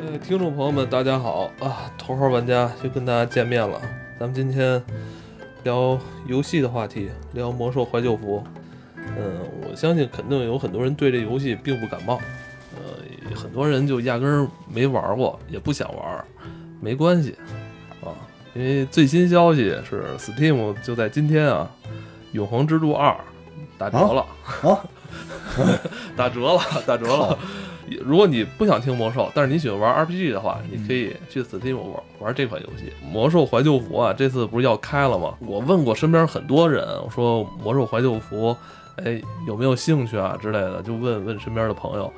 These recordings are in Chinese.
呃听众朋友们，大家好啊！头号玩家又跟大家见面了。咱们今天聊游戏的话题，聊《魔兽怀旧服》。嗯，我相信肯定有很多人对这游戏并不感冒，呃，很多人就压根儿没玩过，也不想玩儿，没关系啊。因为最新消息是，Steam 就在今天啊，《永恒之柱二》打折了，啊，打折了，打折了。如果你不想听魔兽，但是你喜欢玩 RPG 的话，你可以去 Steam 玩玩这款游戏《魔兽怀旧服》啊。这次不是要开了吗？我问过身边很多人，我说《魔兽怀旧服》，哎，有没有兴趣啊之类的，就问问身边的朋友。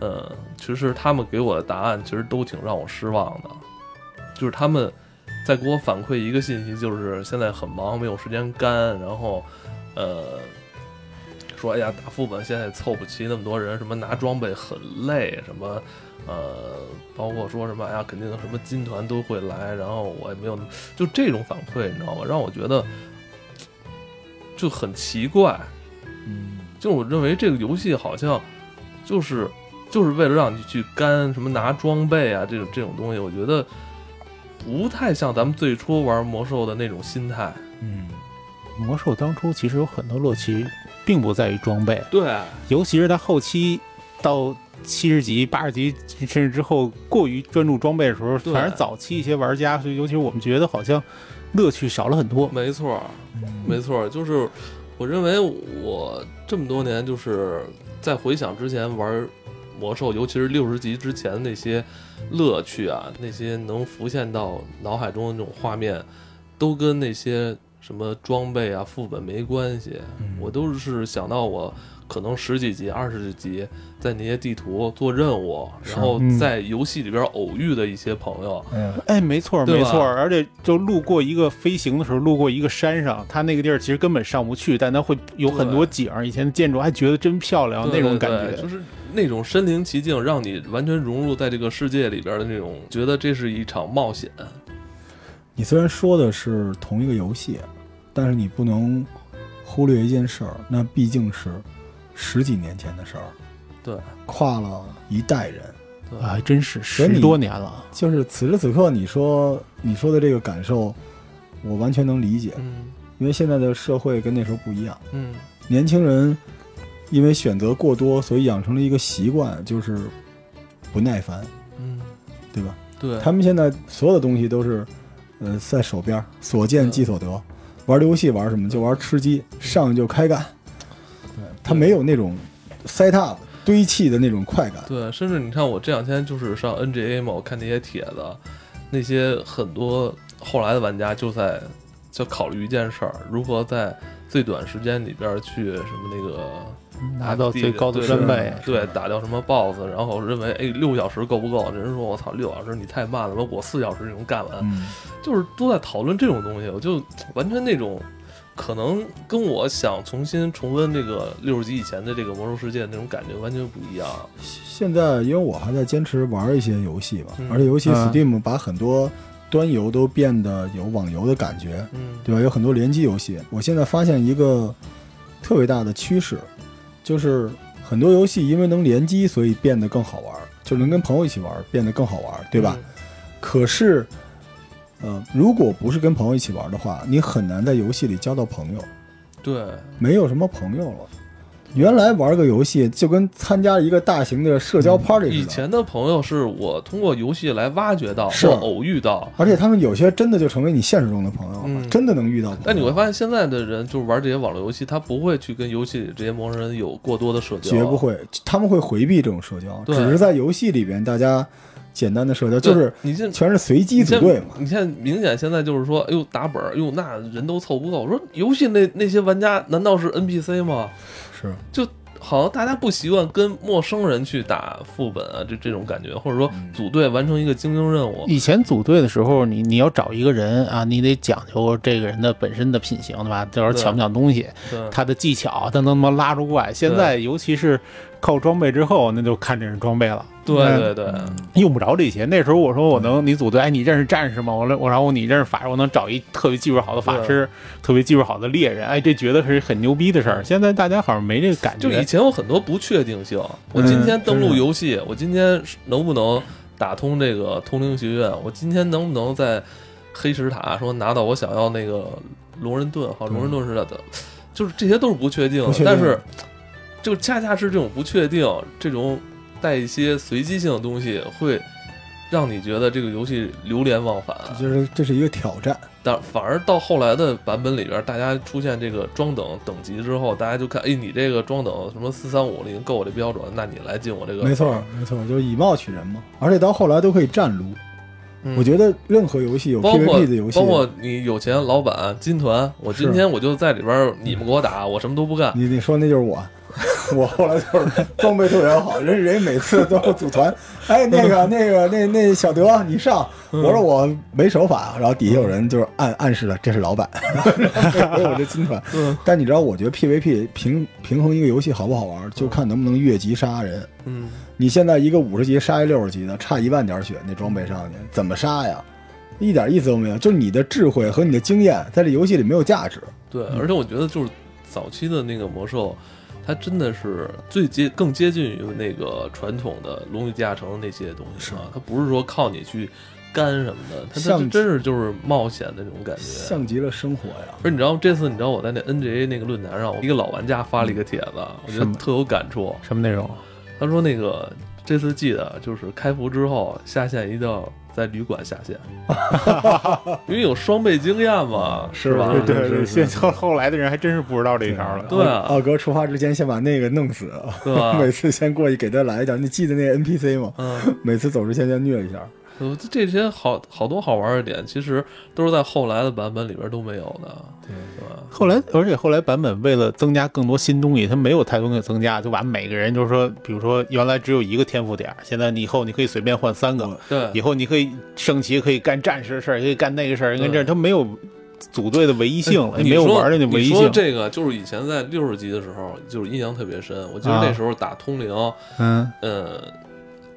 呃，其实他们给我的答案其实都挺让我失望的，就是他们在给我反馈一个信息，就是现在很忙，没有时间干，然后，呃，说哎呀打副本现在凑不齐那么多人，什么拿装备很累，什么呃，包括说什么哎呀肯定什么金团都会来，然后我也没有，就这种反馈你知道吗？让我觉得就很奇怪，嗯，就我认为这个游戏好像就是就是为了让你去干什么拿装备啊这种这种东西，我觉得不太像咱们最初玩魔兽的那种心态。嗯，魔兽当初其实有很多乐趣，并不在于装备，对，尤其是它后期到七十级、八十级，甚至之后过于专注装备的时候，对反而早期一些玩家，就尤其是我们觉得好像乐趣少了很多。嗯没错儿，没错儿，就是我认为我这么多年就是在回想之前玩魔兽，尤其是六十级之前那些乐趣啊，那些能浮现到脑海中的那种画面，都跟那些什么装备啊、副本没关系。嗯我都是想到我可能十几级、二十级在那些地图做任务，然后嗯在游戏里边偶遇的一些朋友，哎，没错儿，嗯对没吧错儿，而且就路过一个飞行的时候，路过一个山上，它那个地儿其实根本上不去，但它会有很多景儿，以前的建筑还觉得真漂亮对那种对感对嗯觉就。是那种身临其境，让你完全融入在这个世界里边的那种，觉得这是一场冒险。你虽然说的是同一个游戏，但是你不能忽略一件事儿，那毕竟是十几年前的事儿，对，跨了一代人。对，啊，还真是十你多年了，就是此时此刻，你说你说的这个感受，我完全能理解，嗯因为现在的社会跟那时候不一样。嗯，年轻人因为选择过多，所以养成了一个习惯，就是不耐烦，嗯，对吧？对，他们现在所有的东西都是，呃，在手边儿，所见即所得。玩儿游戏玩儿什么就玩儿吃鸡，上就开干。对他没有那种 set up 堆砌的那种快感。对，甚至你看我这两天就是上 NGA 嘛，我看那些帖子，那些很多后来的玩家就在就考虑一件事儿，如何在最短时间里边去什么那个拿到 FD 最高的对装备，对，打掉什么 BOSS，然后认为哎六小时够不够？人说我操六小时你太慢了，我四小时就能干完，嗯，就是都在讨论这种东西，我就完全那种可能跟我想重新重温这个六十级以前的这个魔兽世界那种感觉完全不一样。现在因为我还在坚持玩儿一些游戏嘛，嗯而且尤其嗯 Steam 把很多端游都变得有网游的感觉，嗯，对吧？有很多联机游戏。我现在发现一个特别大的趋势，就是很多游戏因为能联机，所以变得更好玩儿，就能跟朋友一起玩儿，变得更好玩儿，对吧？嗯可是，呃，如果不是跟朋友一起玩儿的话，你很难在游戏里交到朋友，嗯？对，没有什么朋友了。原来玩个游戏就跟参加一个大型的社交 party 嗯以似的，前的朋友是我通过游戏来挖掘到是或偶遇到，而且他们有些真的就成为你现实中的朋友了，嗯真的能遇到朋友。但你会发现现在的人就是玩这些网络游戏，他不会去跟游戏里这些陌生人有过多的社交，绝不。会，他们会回避这种社交，对只是在游戏里边大家简单的社交，就是你现全是随机组队嘛。你现在明显现在就是说，哎呦打本儿，哎呦那人都凑不够。我说游戏那那些玩家难道是 NPC 吗？是，好像大家不习惯跟陌生人去打副本啊，这这种感觉，或者说组队完成一个精英任务。以前组队的时候，你你要找一个人啊，你得讲究这个人的本身的品行，对吧？就是对抢不抢东西，对他的技巧，他能不能拉出怪。现在尤其是靠装备之后，那就看这人装备了，哎嗯对对对，用不着这些。那时候我说我嗯能，你组队，哎，你认识战士吗？我我然后你认识法师，我能找一特别技术好的法师，特别技术好的猎人，哎，这觉得是很牛逼的事儿。现在大家好像没这个感嗯就以觉。嗯前有很多不确定性。我今天登录游戏，我今天能不能打通这个通灵学院，我今天能不能在黑石塔说拿到我想要那个龙人盾和龙人盾似的的，就是这些都是不确定的嗯不确定但是就恰恰是这种不确定，这种带一些随机性的东西，会让你觉得这个游戏流连忘返。就是这是一个挑战，但反而到后来的版本里边，大家出现这个装等等级之后，大家就看，哎，你这个装等什么四三五已经够我这标准，那你来进我这个。没错儿，没错儿，就是以貌取人嘛。而且到后来都可以站撸，嗯我觉得任何游戏有包括 PVP 的游戏包，括你有钱老板金团，我今天我就在里边儿，你们给我打，我什么都不干。你你说那就是我，我后来就是装备特别好，人人每次都组团，哎，那个那个那那小德你上，我说我没手法，然后底下有人就是暗暗示了这是老板， 然后我这金团。嗯但你知道，我觉得 PVP 平平衡一个游戏好不好玩，就看能不能越级杀人。嗯，你现在一个五十级杀一六十级的，差一万点血，那装备上去怎么杀呀？一点意思都没有，就是你的智慧和你的经验在这游戏里没有价值。对，而且我觉得就是早期的那个魔兽，它真的是最接更接近于那个传统的《龙与地下城》那些东西啊，它不是说靠你去干什么的，它它像真是就是冒险的那种感觉。像极了生活呀，不是，你知道这次你知道我在那 NGA 那个论坛上，我一个老玩家发了一个帖子，我觉嗯什得么特有感触。什么内容？他说那个这次记得就是开服之后下线一定要在旅馆下 线，因为有双倍经验 嘛，是吧？对对对，是是现后后来的人还真是不知道这一条了。对啊奥哥出发之前先把那个弄死，啊对吧 每次先过去给他来一脚。你记得那个 NPC 吗？嗯，每次走之前先虐一下。呃这些好好多好玩的点，其实都是在后来的版本里边都没有的，对吧？后来，而且后来版本为了增加更多新东西，它没有太多的增加，就把每个人就是说，比如说原来只有一个天赋点，现在你以后你可以随便换三嗯个，以对，后你可以升级，可以干战士的事儿，也可以干那个事儿，对跟这儿它没有组队的唯一性了，嗯也哎你没有说玩的那唯你一说性。这个就是以前在六十级的时候，就是印象特别深。我记得啊那时候打通灵，嗯呃，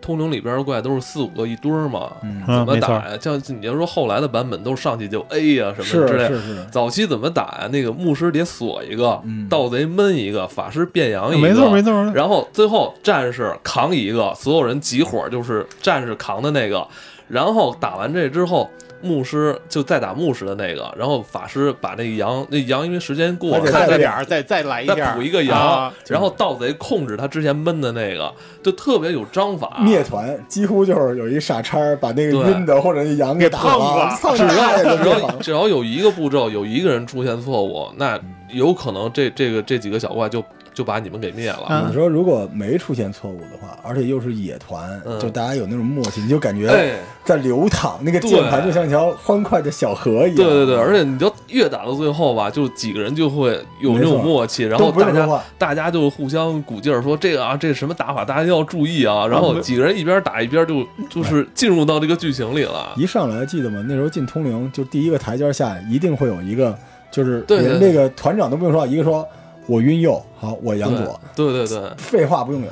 通灵里边的怪都是四五个一堆儿嘛，嗯怎嗯，么没错打呀？像你要说后来的版本都是上去就 A 呀、什么是之类的。是是，早期怎么打呀？那个牧师得锁一个，嗯盗贼闷一个，法师变羊一个，没错没错。没错然后最后战士扛一个，所有人集火，就是战士扛的那个。然后打完这之后，牧师就再打牧师的那个，然后法师把那羊，那羊因为时间过而了，且他再看个在点儿，再再来一下再儿，补一个羊，啊然后盗贼控制他之前闷的那个，就特别有章法。灭团几乎就是有一傻叉儿把那个对晕的或者那羊给打了，操只你大要爷 的只灭要团！只要有一个步骤有一个人出现错误，那有可能这这个这几个小怪就就把你们给灭了。嗯你说如果没出现错误的话，而且又是野团，嗯就大家有那种默契，你就感觉哎，在流淌，那个对键盘就像一条欢快的小河一样。对对对，而且你就越打到最后吧，就几个人就会有那种默契，然后都不大用说家话大家就互相鼓劲儿说这个啊，这是什么打法，大家要注意啊。然后几个人一边打一边就就是进入到这个剧情里了。一上来记得吗？那时候进通灵，就第一个台阶下一定会有一个，就是对对连对那个团长都不用说，一个说我晕右，好，我扬左，对对对，废话不用有，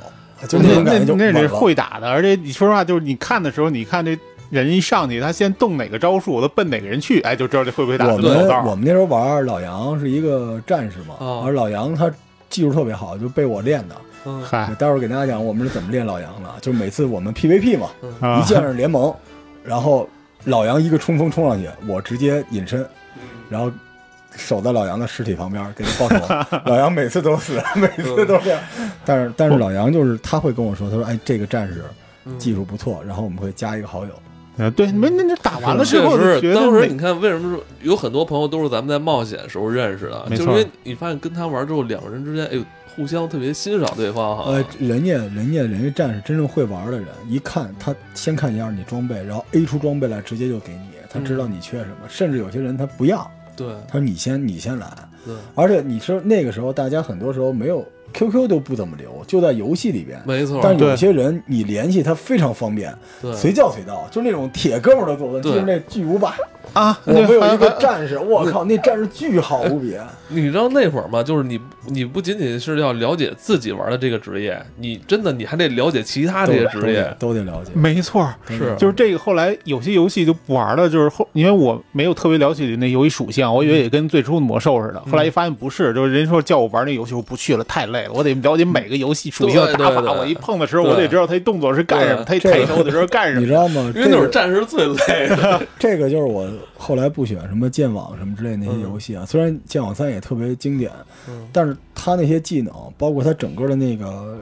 就那种感那觉就那稳得了会打的，而且你说实话，就是你看的时候，你看这人一上去，他先动哪个招数，他奔哪个人去，哎，就知道这会不会打我这走们道我儿。们那时候玩老杨是一个战士嘛，哦而老杨他技术特别好，就被我练的。嗯嗨，待会儿给大家讲我们是怎么练老杨的，就每次我们 PVP 嘛，啊一见着联盟，然后老杨一个冲锋冲上去，我直接隐身，然后守在老杨的尸体旁边给他报仇。老杨每次都死，每次都这样。但是但是老杨就是他会跟我说，他说哎这个战士嗯技术不错，然后我们会加一个好友。呃，对，没那那打完了之确后，就实觉是，得当时每你看，为什么说有很多朋友都是咱们在冒险时候认识的，没就错是因为你发现跟他玩之后，两个人之间哎呦，互相特别欣赏对方哈。呃，人家人家人家战士真正会玩的人，一看他先看一下你装备，然后 A 出装备来直接就给你，他知道你缺什么。甚至有些人他不要，对他说你先你先来。对，而且你说那个时候大家很多时候没有 QQ 都不怎么留，就在游戏里边。没错。但对有些人你联系他非常方便，对随叫随到，就是那种铁哥们儿的作文，对就是那巨无霸。啊，我们有一个还 战士，我靠，那战士巨好无比。你知道那会儿嘛，就是你你不仅仅是要了解自己玩的这个职业，你真的你还得了解其 他这些职业。都得了解，没错儿，是，就是这个后来有些游戏就不玩了，就是后因为我没有特别了解里那游戏属性，我以为也跟最初的魔兽似的，嗯后来一发现不是，就是人说叫我玩那游戏，我不去了，太累了，我得了解每个游戏属性的打对对法，对我一碰的时候对我得知道它动作是干什么，它对抬手的时候干什你么啊知。道吗？因为那会这儿个战士最累的。 这个就是我后来不选什么剑网什么之类那些游戏啊，虽然剑网三也特别经典，嗯但是他那些技能，包括他整个的那个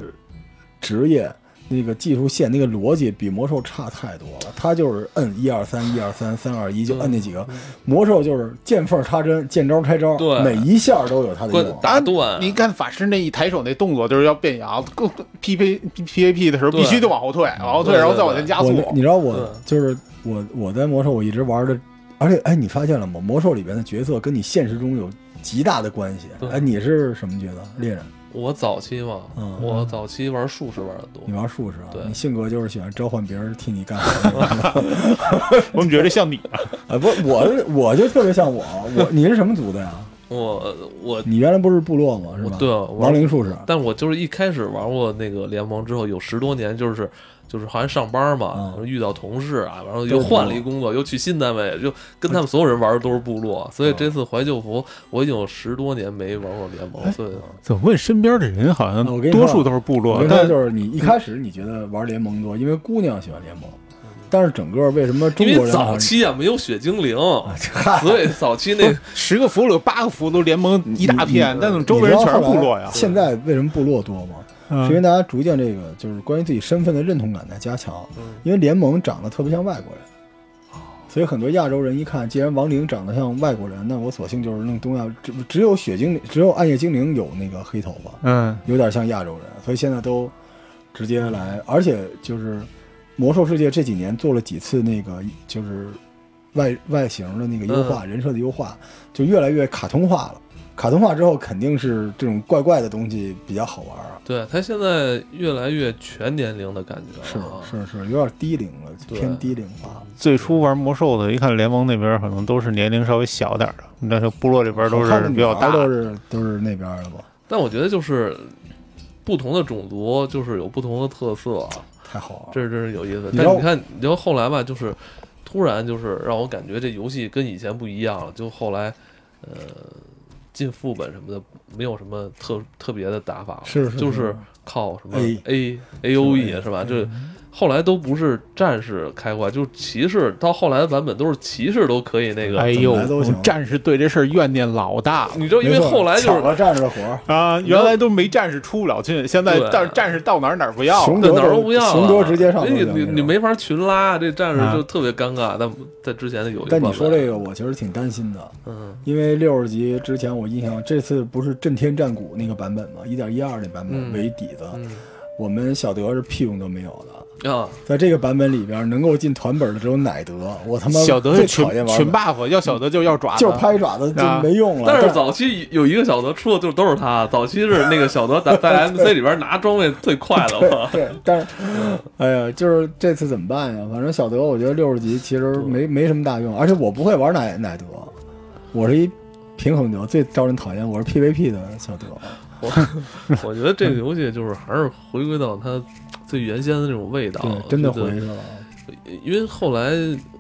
职业、那个技术线、那个逻辑，比魔兽差太多了。他就是摁一二三、一二三、三二一，就摁那几个。魔兽就是见缝插针，见招拆招，对每一下都有他的关用。打断，啊你看法师那一抬手那动作，就是要变摇更，P P P A P 的时候对必须得往后退，往后退，对对然后再往前加我速。那你知道我对就是我我在魔兽我一直玩的，而且哎，你发现了吗？魔兽里边的角色跟你现实中有极大的关系。对哎，你是什么角色？猎人，我早期嘛，嗯我早期玩术士玩的多你，玩术士啊对？你性格就是喜欢召唤别人替你干活。 我怎么觉得像你啊？啊，不，我是我就特别像我，我你是什么组的呀？我我，你原来不是部落吗？是吧？对啊我亡灵术士。但我就是一开始玩过那个联盟之后，有十多年就是就是好像上班嘛，嗯然后遇到同事啊，然后都又是部落嗯换了一工作，又去新单位，就跟他们所有人玩的都是部落，所以这次怀旧服我已经有十多年没玩过联哎盟，所以怎么问身边的人好像啊我跟你说多数都是部我落跟，你说，但就是你一开始你觉得玩联盟多，因为姑娘喜欢联盟，但是整个为什么中嗯因国为人啊早好像哎期啊没有血精灵，所以早期那那十个俘虏有八个俘虏联盟一大片，但怎么周围人全是部落呀你？知道后来现在为什么部落多吗？嗯是因为大家逐渐这个就是关于自己身份的认同感在加强，嗯因为联盟长得特别像外国人，哦所以很多亚洲人一看，既然亡灵长得像外国人，那我索性就是弄东亚，只只有雪精灵，只有暗夜精灵有那个黑头发，嗯，有点像亚洲人，所以现在都直接来，而且就是魔兽世界这几年做了几次那个就是外外形的那个优嗯化，人设的优化，就越来越卡通化了。卡通化之后，肯定是这种怪怪的东西比较好玩啊。对他现在越来越全年龄的感觉是了啊，哦是是，有点低龄了，对偏低龄化。最初玩魔兽的，一看联盟那边可能都是年龄稍微小点儿的，那是部落里边都我是看那比较女孩大都的。是都是那边的吧？但我觉得就是不同的种族就是有不同的特色啊，太好玩了。这真是有意思。你知但道你看，你知道后来吧，就是突然就是让我感觉这游戏跟以前不一样了。就后来，呃，进副本什么的，没有什么特特别的打法了，是是就是靠什么 A 嗯 A A O E 是吧？这后来都不是战士开挂，就是骑士。到后来的版本都是骑士都可以那个。哎呦，怎么来都行我们战士对这事儿怨念老大了你知道，因为没错后来就抢是了战士的活儿，啊！原来都没战士出不了去，现在对战战士到哪儿哪儿不要了。熊对德哪儿都就不要了，熊德直接上头因为就你是你你没法群拉，这战士啊就特别尴尬。但在之前的有一个但版你本，说这个，我其实挺担心的，嗯，因为六十级之前我印象，这次不是震天战鼓那个版本吗？一点一二那版本嗯为底子，嗯我们小德是屁用都没有的。啊，在这个版本里边，能够进团本的只有乃德，我他妈小德是最群讨厌玩群 buff，要小德就要爪子，就是拍爪子就啊没用了。但是早期有一个小德出的就都是他，早期是那个小德在 在 MC 里边拿装备最快的嘛。对，但是，哎呀，就是这次怎么办呀？反正小德，我觉得六十级其实没没什么大用，而且我不会玩奶奶德，我是一平衡德，最招人讨厌，我是 PVP 的小德。我我觉得这个游戏就是还是回归到它最原先的那种味道对，，真的觉得回去了。因为后来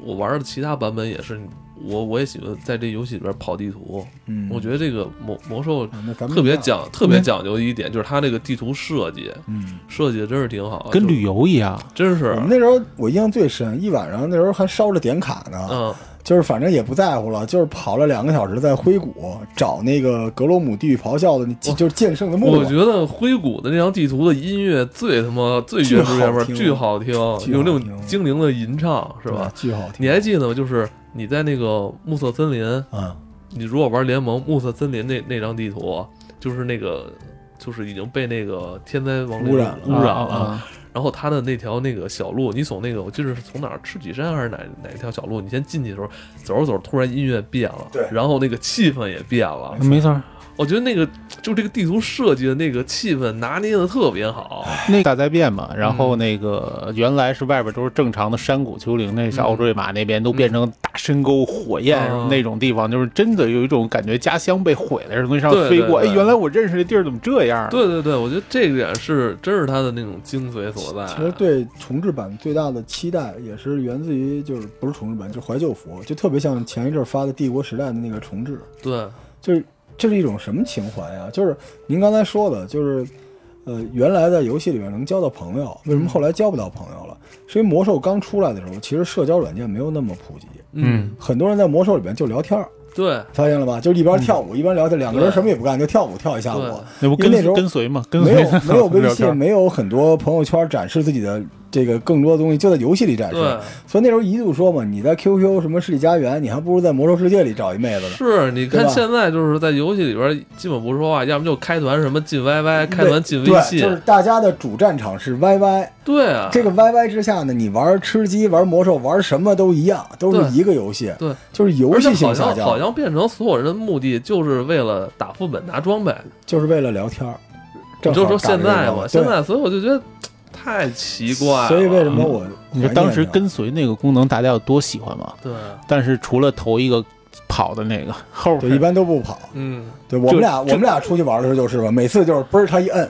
我玩的其他版本也是，我我也喜欢在这游戏里边跑地图。嗯，我觉得这个魔魔兽啊那咱们特别一样，讲特别讲究一点，就是它这个地图设计嗯，设计得真是挺好，跟就旅游一样。真是我们那时候我印象最深，一晚上那时候还烧着点卡呢，嗯就是反正也不在乎了，就是跑了两个小时在灰谷找那个格罗姆地狱咆哮的，就就是剑圣的墓我嘛觉。得灰谷的那张地图的音乐最他妈最原汁原味，巨巨好好听，有那种精灵的吟唱，是吧？对？巨好听。你还记得吗？就是你在那个暮色森林，啊？你如果玩联盟暮色森林那那张地图，啊就是那个就是已经被那个天灾亡灵污染了污染了。啊啊然后它的那条那个小路，你从那个我记得是从哪儿赤脊山还是哪哪条小路，你先进去的时候，走着走着突然音乐变了，对然后那个气氛也变了啊，没错儿，我觉得那个就这个地图设计的那个气氛拿捏的特别好。那大灾变嘛，然后嗯那个原来是外边都是正常的山谷丘陵，那是奥瑞玛那边都变成大深沟、火焰嗯什么那种地方，就是真的有一种感觉家乡被毁了，从上对飞过，哎，对对原来我认识的地儿怎么这样？，啊对对对，我觉得这个点是真是它的那种精髓所在。其实对重置版最大的期待也是源自于，就是不是重置版，就是怀旧服，就特别像前一阵儿发的《帝国时代》的那个重置，对，就是这是一种什么情怀呀？就是您刚才说的，就是呃，原来在游戏里面能交到朋友，为什嗯么后来交不到朋友了？是因为魔兽刚出来的时候，其实社交软件没有那么普及，嗯，很多人在魔兽里面就聊天儿，对发现了吧？就一边跳舞、一边聊天，两个人嗯对什么也不干，就跳舞跳一下午。对那不因为跟那时候跟随嘛，跟没随 有没有 微聊天信，没有很多朋友圈展示自己的这个更多的东西，就在游戏里展示。对，所以那时候一度说嘛，你在 QQ 什么世纪佳缘，你还不如在魔兽世界里找一妹子呢。是你看对吧现在就是在游戏里边基本不说话，要么就开团什么进 YY，开团进微对，信，就是大家的主战场是 YY，对啊，这个 YY 之下呢，你玩吃鸡、玩魔兽、玩什么都一样，都对是一个游戏，对，就是游而且戏性好撒像好娇，像变成所有人的目的就是为了打副本拿装备，就是为了聊天儿。你正就好说赶现着这在个嘛，对现在所以我就觉得太奇怪了，所以为什么我嗯你说怀当念时呢跟随那个功能，大家有多喜欢吗？对，但是除了头一个跑的那个，后对边一般都不跑，嗯，对我就们俩我就们俩出去玩的时候就是嘛，每次就是嘣儿他一摁。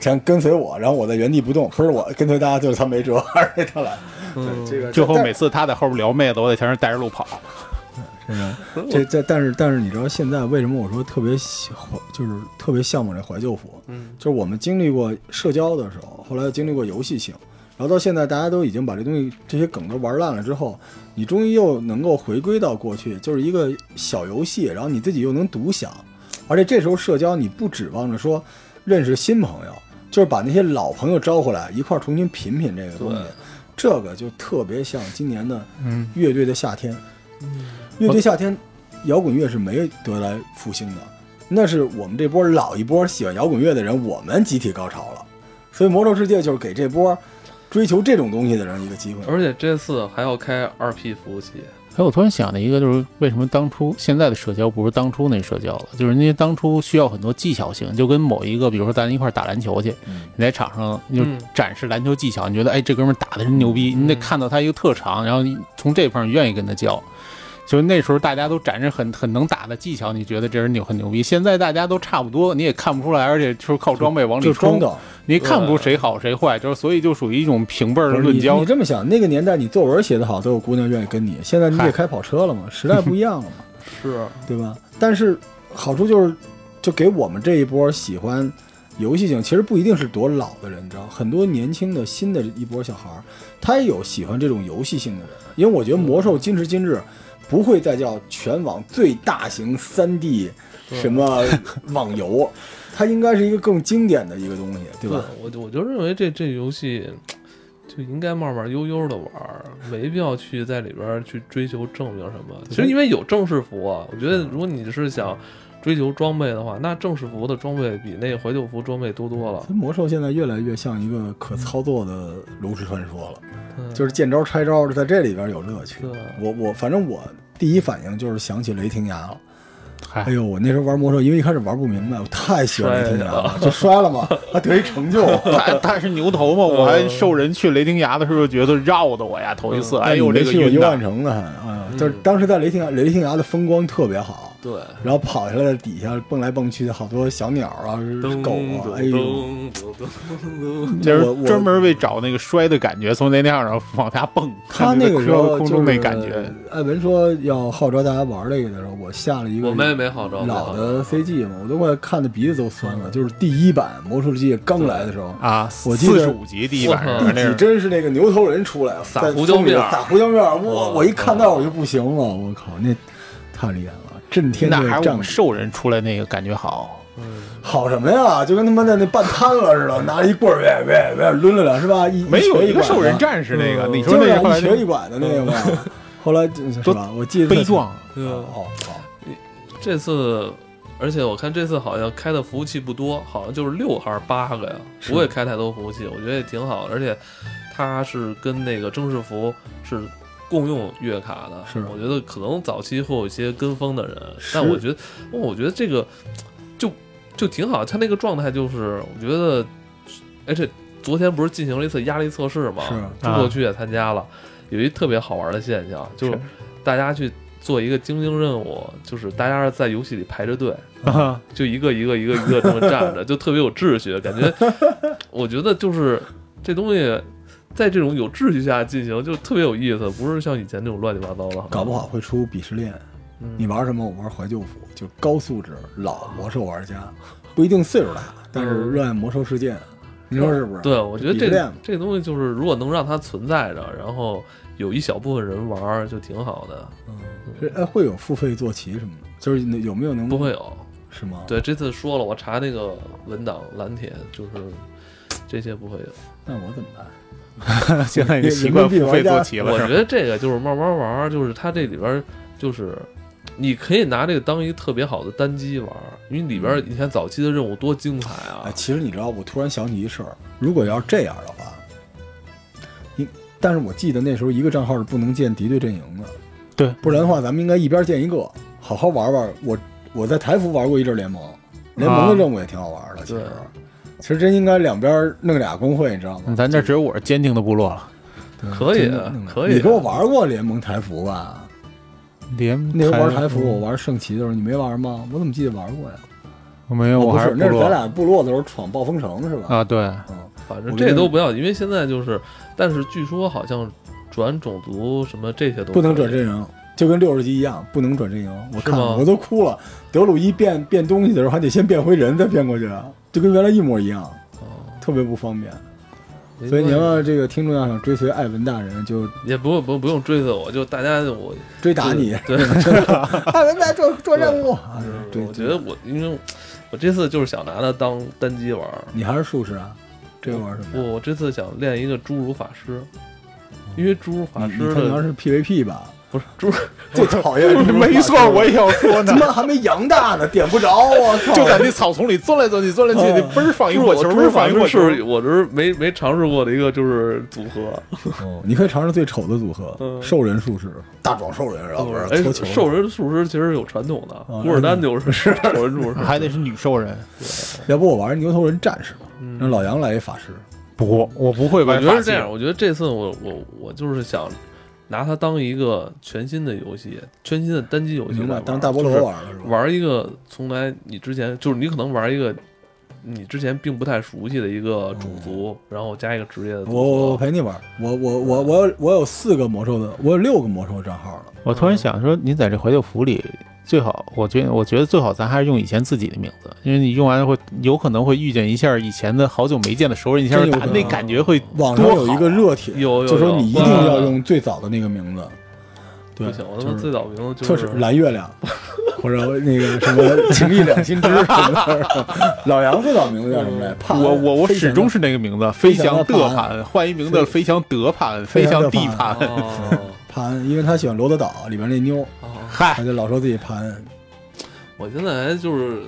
想跟随我，然后我在原地不动，不是我跟随他，就是他没辙， 而且他来。对嗯这个最后但每次他在后边聊妹子，我在前面带着路跑。真的，这这但是但是你知道现在为什么我说特别喜欢，就是特别向往这怀旧服？嗯就是我们经历过社交的时候，后来又经历过游戏性，然后到现在大家都已经把这东西这些梗都玩烂了之后，你终于又能够回归到过去，就是一个小游戏，然后你自己又能独享，而且这时候社交你不指望着说认识新朋友，就是把那些老朋友招回来一块儿重新品品这个东西对，这个就特别像今年的嗯，乐队的夏天，乐队夏天，摇滚乐是没得来复兴的，那是我们这波老一波喜欢摇滚乐的人，我们集体高潮了。所以魔兽世界就是给这波追求这种东西的人一个机会。而且这次还要开二 P 服务器，哎，我突然想了一个，就是为什么当初现在的社交不是当初那社交了？就是因为当初需要很多技巧性，就跟某一个，比如说咱一块儿打篮球去，嗯你在场上就嗯展示篮球技巧，你觉得哎这哥们儿打的真牛逼，你得嗯看到他一个特长，然后你从这方面愿意跟他交。就是那时候大家都展示很很能打的技巧，你觉得这人牛很牛逼。现在大家都差不多，你也看不出来，而且就是靠装备往里就装冲，等，你也看不出谁好谁坏，就是所以就属于一种平辈儿的不是论你交你。这么想，那个年代你作文写得好，都有姑娘愿意跟你。现在你也嗨开跑车了嘛，时代不一样了嘛。是，对吧？但是好处就是，就给我们这一波喜欢游戏性，其实不一定是多老的人，你知道，很多年轻的新的一波小孩儿，他也有喜欢这种游戏性的人。因为我觉得魔兽今时今日不会再叫全网最大型三 D 什么网游，它应该是一个更经典的一个东西，对吧？我就我就认为这这游戏就应该慢慢悠悠的玩儿，没必要去在里边儿去追求证明什么。其实因为有正式服啊，我觉得如果你是想追求装备的话，那正式服的装备比那怀旧服装备多多了所。以魔兽现在越来越像一个可操作的炉石传说了。嗯就是见招拆招，在这里边有乐趣对。我我反正我第一反应就是想起雷霆崖了。嗨哎呦，我那时候玩魔兽，因为一开始玩不明白，我太喜欢雷霆崖摔了，就摔了 嘛，还得一成就。他他是牛头嘛？我嗯还受人去雷霆崖的时候觉得绕的我呀，头一次，哎呦这你没个去过晕嗯幽暗的，城呢，还啊，就是当时在雷霆崖，雷霆崖的风光特别好，对，然后跑下来的底下蹦来蹦去的好多小鸟啊、狗啊，哎呦，噔噔噔噔就我是我专门为找那个摔的感觉，从那那样上往下蹦，他那那个时候空就中是那感觉。艾文说要号召大家玩这个的时候，我下了一个我们也没号召，没老号召的 CG 嘛，我都快看的鼻子都酸了。就是第一版《魔兽世界》刚来的时候，嗯啊，我四记得十五级第一版我是操吧那第几是帧是那个牛头人出来撒在胡椒风里面儿撒胡椒面儿，哇我我一看哇到我就不行了，我靠，那太厉害了，震天那的还是我战们士，兽人出来那个感觉好，好什么呀？就跟他妈在那半瘫了似 的，拿着一棍儿，喂喂喂，抡了两是吧？一没有一一个瘸一拐兽人的战士那个，嗯你说就那是个后一来瘸一拐的那个嘛。后来就是多吧？我记得悲 壮，嗯哦，哦，哦这次。而且我看这次好像开的服务器不多，好像就是六还是八个呀，不会开太多服务器，我觉得也挺好。而且它是跟那个正式服是共用月卡的，是我觉得可能早期会有一些跟风的人，是但我觉得，我觉得这个就就挺好。他那个状态就是，我觉得，而且昨天不是进行了一次压力测试嘛是，中国区也参加了，有一特别好玩的现象，就是大家去做一个精英任务，就是大家是在游戏里排着队，啊，就一个一个一个一个这么站着，就特别有秩序，感觉我觉得就是这东西。在这种有秩序下进行，就特别有意思，不是像以前那种乱七八糟的。搞不好会出鄙视链。嗯你玩什么？我玩怀旧服，就高素质老魔兽玩家，不一定岁数大，但是热爱魔兽世界，你说是不是？对，我觉得鄙视这链个这个东西就是，如果能让它存在着，然后有一小部分人玩儿，就挺好的。是哎，会有付费坐骑什么的，就是那有没有能不会有，是吗？，对，这次说了，我查那个文档蓝帖，就是这些不会有。那我怎么办？现在已经习惯付费坐骑了，我是觉吧？得这个就是慢慢玩儿，就是它这里边儿就是。你可以拿这个当一个特别好的单机玩儿，因为里边儿以前早期的任务多精彩啊嗯哎，！其实你知道，我突然想起一事儿，如果要是这样的话，你，但是我记得那时候一个账号是不能建敌对阵营的，对，不然的话，咱们应该一边建一个，好好玩玩。我我在台服玩过一阵联盟，联盟的任务也挺好玩的，其实对。其实真应该两边弄俩工会，你知道吗？咱这只有我是坚定的部落了，对可以真的弄俩可以你给我玩过联盟台服吧？连那时候玩台服，我玩圣骑的时候，你没玩吗？我怎么记得玩过呀？我没有，哦我不还是，部那是咱落俩部落的时候闯暴风城是吧？啊，对， 嗯，反我正觉得这都不要，因为现在就是，但是据说好像转种族什么这些东西不能转阵营，就跟六十级一样，不能转阵营。我看是吗我都哭了。德鲁伊变变东西的时候，还得先变回人再变过去，啊就跟原来一模一样，哦，特别不方便。没所以你关系要这个听众要想追随艾文大人，就也不用不用不用追着我，就大家我追打你。 对，艾文在 做做任务，啊对，对我觉得我因为我这次就是想拿它当单机玩儿，你还是术士啊，这个玩什么我呀？我这次想练一个侏儒法师，因为侏儒法哦你师你可能的是 PVP 吧？不是 侏儒，最讨 厌这种没错，我也要说呢他，妈还没羊大呢，点不着，我 靠！就在那草丛里钻来钻去，钻来钻去，啊不是放一侏火儒球，侏不是儒法放一师火球，是我这是没没尝试过的一个就是组合， 哦你可以尝试最丑的组合，嗯兽人术士，大壮兽人，然后哎搓球，兽人术师其实有传统的，哦古尔丹就是 是兽人 术师，还得是女兽人，要不我玩牛头人战士吧，嗯让老杨来一法师。不，我不会我玩觉得法是器这，样，我觉得这次我我我就是想拿它当一个全新的游戏，全新的单机游戏明来白？玩当大菠就是萝玩了是吧？玩一个从来你之前就是你可能玩一个你之前并不太熟悉的一个种族，然后加一个职业的组哦我我我合，陪你玩，我我我我有我有四个魔兽的，我有六个魔兽账号了。我突然想说，您在这怀旧服里最好，我觉得我觉得最好咱还是用以前自己的名字，因为你用完会有可能会遇见一下以前的好久没见的熟人，一下真有打可能那感觉会网上有一多好个啊热帖，有有就说有你一定要用最早的那个名字。对，不行，我他就妈是最早名字就是是蓝 月亮，或者那个什么情义两心知什么的。 老杨最早名字叫什么来？帕恩我我我飞翔始的终是那个名字，飞翔飞翔德的盘，换一名字，飞翔德盘，飞飞翔翔的地盘盘。 哦帕恩，因为他喜欢罗德岛里边那妞，哦，嗨他，就老说自己帕恩。我现在还就是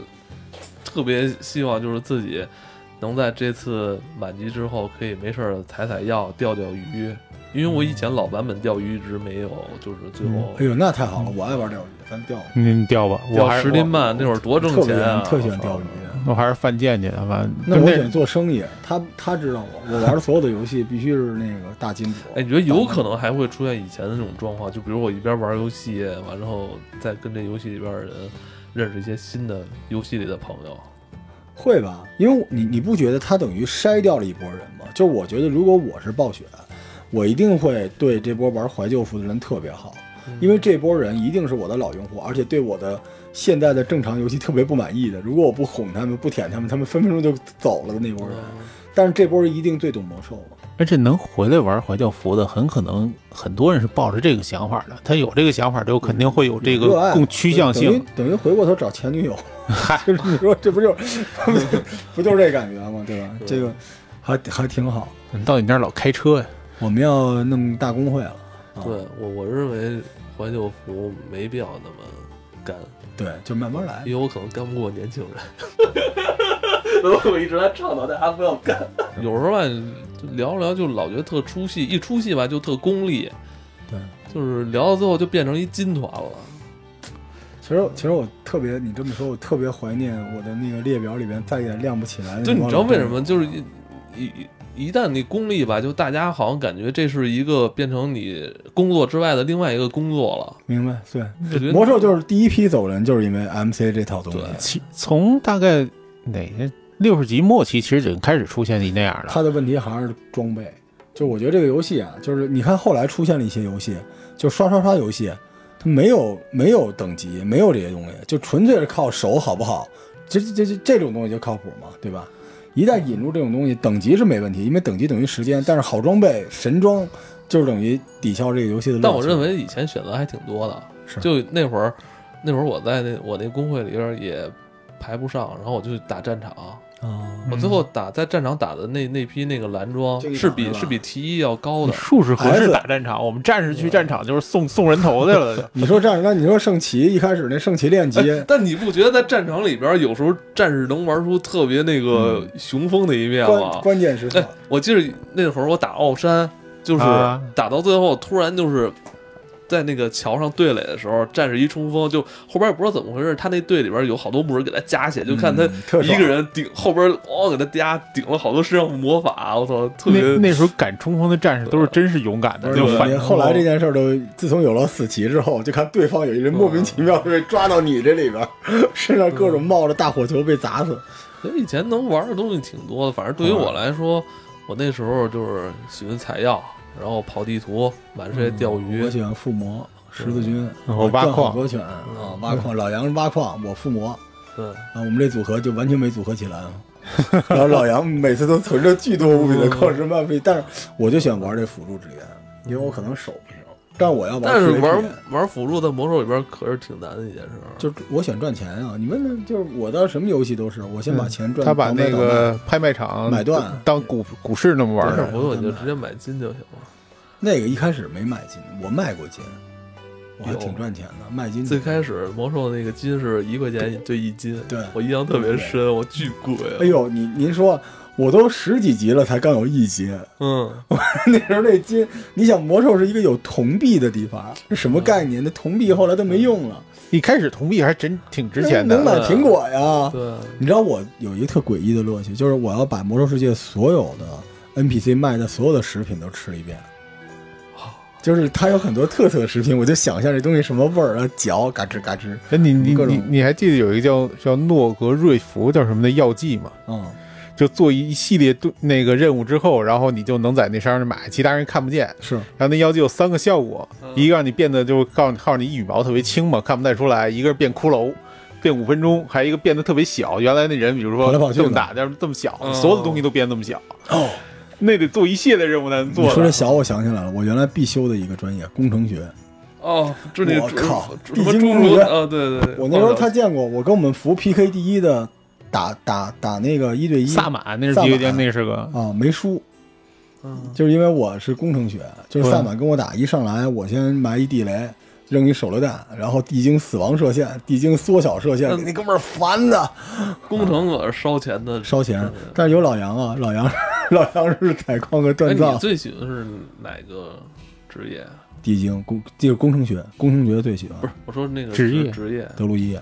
特别希望就是自己能在这次满级之后可以没事儿采采药、钓钓鱼，因为我以前老版本钓鱼一直没有，就是最后哎呦，那太好了，我爱玩钓鱼，咱钓吧。您钓吧，我钓还十是斤半那会儿多挣钱啊！特喜欢特我喜欢钓操鱼。我我还是犯贱去，反正那跟我这想做生意，他他知道我，我玩的所有的游戏必须是那个大金主。哎，你觉得有可能还会出现以前的那种状况？就比如我一边玩游戏，完之后再跟这游戏里边的人认识一些新的游戏里的朋友。会吧？因为你你不觉得他等于筛掉了一波人吗？就是我觉得如果我是暴雪，我一定会对这波玩怀旧服的人特别好，因为这波人一定是我的老用户，而且对我的现在的正常游戏特别不满意的。如果我不哄他们，不舔他们，他们分分钟就走了的那波人。但是这波人一定最懂魔兽了。而且能回来玩怀旧服的，很可能很多人是抱着这个想法的。他有这个想法之后，肯定会有这嗯热爱个嘛更趋向等性于。等于回过头找前女友， 就是你说这不就是 不就是这感觉吗？对吧？这个还还挺好。嗯到你那儿老开 车呀？我们要弄大公会了，啊对我，我认为怀旧服没必要那么干，对，就慢慢来。因为我可能干不过年轻 人。所以我一直在倡导大家不要干。有时候吧，就聊着聊就老觉得特出戏，一出戏吧就特功利，对，就是聊到最后就变成一金团了。其实其实我特别，你这么说，我特别怀念我的那个列表里边再也亮不起来的那就你帮知道老为动什物么？就是一一一一旦你功利吧，就大家好像感觉这是一个变成你工作之外的另外一个工作了。明白？对，我 觉得魔兽就是第一批走人，就是因为 MC 这套东西，其从大概哪个六十级末期，其实已经开始出现你那样的。它的问题还是装备。就我觉得这个游戏啊，就是你看后来出现了一些游戏，就刷刷刷游戏，它没有没有等级，没有这些东西，就纯粹是靠手好不好？这这这这种东西就靠谱嘛，对吧？一旦引入这种东西，等级是没问题，因为等级等于时间，但是好装备、神装就是等于抵消这个游戏的乐趣。但我认为以前选择还挺多的，是就那会儿，那会儿我在那我那工会里边也排不上，然后我就打战场。啊，我最后打在战场打的那那批那个蓝装这个是打比的吧是比 T 一要 高的，术士合适 S 打战场，我们战士去战场就是送送人头去 了。你说这样，那你说圣骑一开始那圣骑练级，但你不觉得在战场里边，有时候战士能玩出特别那个雄风的一面关吗？关键时刻哎，我记得那会儿我打奥山，就是啊打到最后，突然就是在那个桥上对垒的时候，战士一冲锋，就后边也不知道怎么回事，他那队里边有好多牧人给他加血， 就看他 嗯特一爽个人顶后边，哦，给他加顶了好多身上魔法，我操，特那别那时候敢冲锋的战士都是真是勇敢的，而就反且后来这件事儿都，自从有了死棋之后，就看对方有一人莫名其妙地被抓到你这里边儿，身上各种冒着大火球被砸死。所以以前能玩的东西挺多的，反正对于我来说，我那时候就是喜欢采药，然后跑地图，晚睡钓鱼。我喜欢附魔、十字军，嗯我挖赚好矿多钱啊，挖矿。老杨是挖矿，我附魔。对，啊，我们这组合就完全没组合起来 啊。然后老杨每次都存着巨多无比的矿石漫费，但是嗯我就喜欢玩这辅助支援，因为我可能手不行，但是我要玩但是职业支玩援玩辅助在魔兽里边可是挺难的一件事。就是我想赚钱啊！你们呢？就是我到什么游戏都是，我先把钱赚。嗯他把倒卖那倒卖个拍卖场买断当股股市那么玩玩的儿。不用你就直接买金就行了。那个一开始没买金，我卖过金，我还有挺赚钱的，卖金最开始魔兽那个金是一块钱就一金，对我印象特别深，我巨贵。啊哎，呦，你您说，我都十几级了才刚有一金，嗯， 那时候那金，你想魔兽是一个有铜币的地方，这什么概嗯念？那铜币后来都没用了，一开始铜币还真挺嗯值钱能的，嗯买苹果呀。 对，你知道我有一个特诡异的乐趣，就是我要把魔兽世界所有的 NPC 卖的所有的食品都吃一遍。哦就是它有很多特色食品，我就想象这东西什么味儿，然后啊嚼嘎吱嘎吱，哎，你你各种你你还记得有一个叫叫诺格瑞福叫什么的药剂吗？嗯，就做一系列对那个任务之后，然后你就能在那山上买，其他人看不见。是然后那药剂有三个效果，一个让你变得就是告诉你告诉你羽毛特别轻嘛，看不太出来；一个是变骷髅，变五分钟；还有一个变得特别小，原来那人比如说跑来跑去这么的大，但是这么小，哦所有的东西都变这么小，哦，那得做一系列任务才能你做说这的。小，我想起来了，我原来必修的一个专业工程学。哦，就那我猪靠什么地精侏入儒院啊？对对对，我那时候他见过，我跟我们服 PK 第一的打打打那个一对一萨满那是萨满第一个，那是个啊，没输，嗯就是因为我是工程学，就是萨满跟我打，一上来我先埋一地雷，扔一手榴弹，然后地精死亡射线，地精缩小射线，嗯给那哥们儿烦的，工程可是烧钱的。烧钱。但是有老杨啊，老杨 老杨是采矿和哎，锻你造，最喜欢是哪个职业？啊地精工就是工程学，工程学最喜欢不是，我说那个职业职业，德路伊，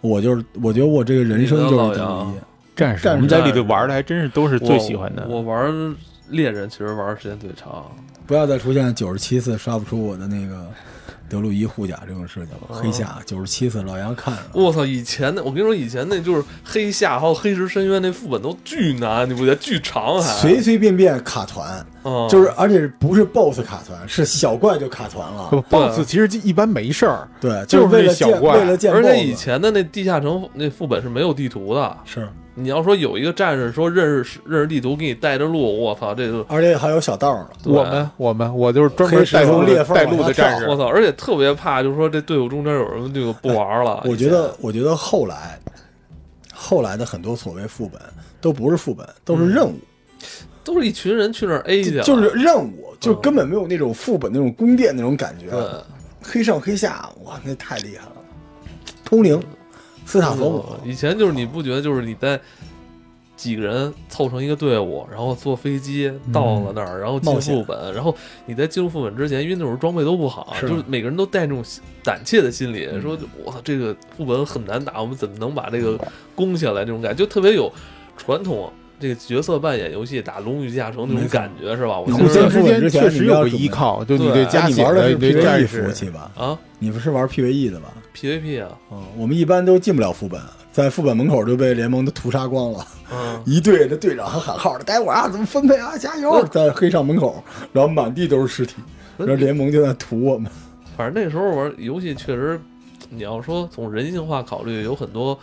我就是我觉得我这个人生你就的是德老路杨伊。战士，战士我们在里头玩的还真是都是我最喜欢的。我玩猎人其实玩的时间最长，不要再出现九十七次刷不出我的那个德鲁伊护甲这种事情哦了。黑下九十七次，老杨看着。我操！以前那我跟你说，以前那就是黑下还有黑石深渊那副本都巨难，你不觉得巨长还？随随便便卡团，嗯就是而且不是 BOSS 卡团，是小怪就卡团了。哦不 BOSS 其实一般没事儿，对，就是为是那了小见怪为了见 BOSS。而且以前的那地下城那副本是没有地图的。是，你要说有一个战士说认识认识地图，给你带着路，我操，这就而且还有小道呢。对我们我们我就是专黑门石带从路裂的缝带往路下的战跳士我。操！而且特别怕，就是说这队伍中间有人这个不玩了。我哦以觉前得，我觉得后来，后来的很多所谓副本都不是副本，都是任务，都是一群人去那儿 A 嗯去了，啊就是任务，就根本没有那种副本那种宫殿那种感觉。对，黑上黑下，哇，那太厉害了！通灵，斯塔索姆，哦以前就是你不觉得就是你在几个人凑成一个队伍，然后坐飞机到了那儿，然后进嗯冒险副本，然后你在进入副本之前，因为那会儿装备都不好，是嗯就是每个人都带那种胆怯的心理，说我操这个副本很难打，我们怎么能把这个攻下来？这种感觉就特别有传统。这个角色扮演游戏打《龙与地下城》那种没错感觉是吧？我你就互是相们之进入间之前确实有个你们要准备依靠，就你对对那家你姐玩的的是对战 PVE 服务士，器吧？啊你不是玩 PVE 的吧？ ，PVP 啊，嗯，我们一般都进不了副本，在副本门口就被联盟都屠杀光了。嗯，一队的队长还喊号呢：“待会儿啊，怎么分配啊？加油！”在黑上门口，然后满地都是尸体，然后联盟就在屠我们。反正那时候玩游戏确实，你要说从人性化考虑，有很多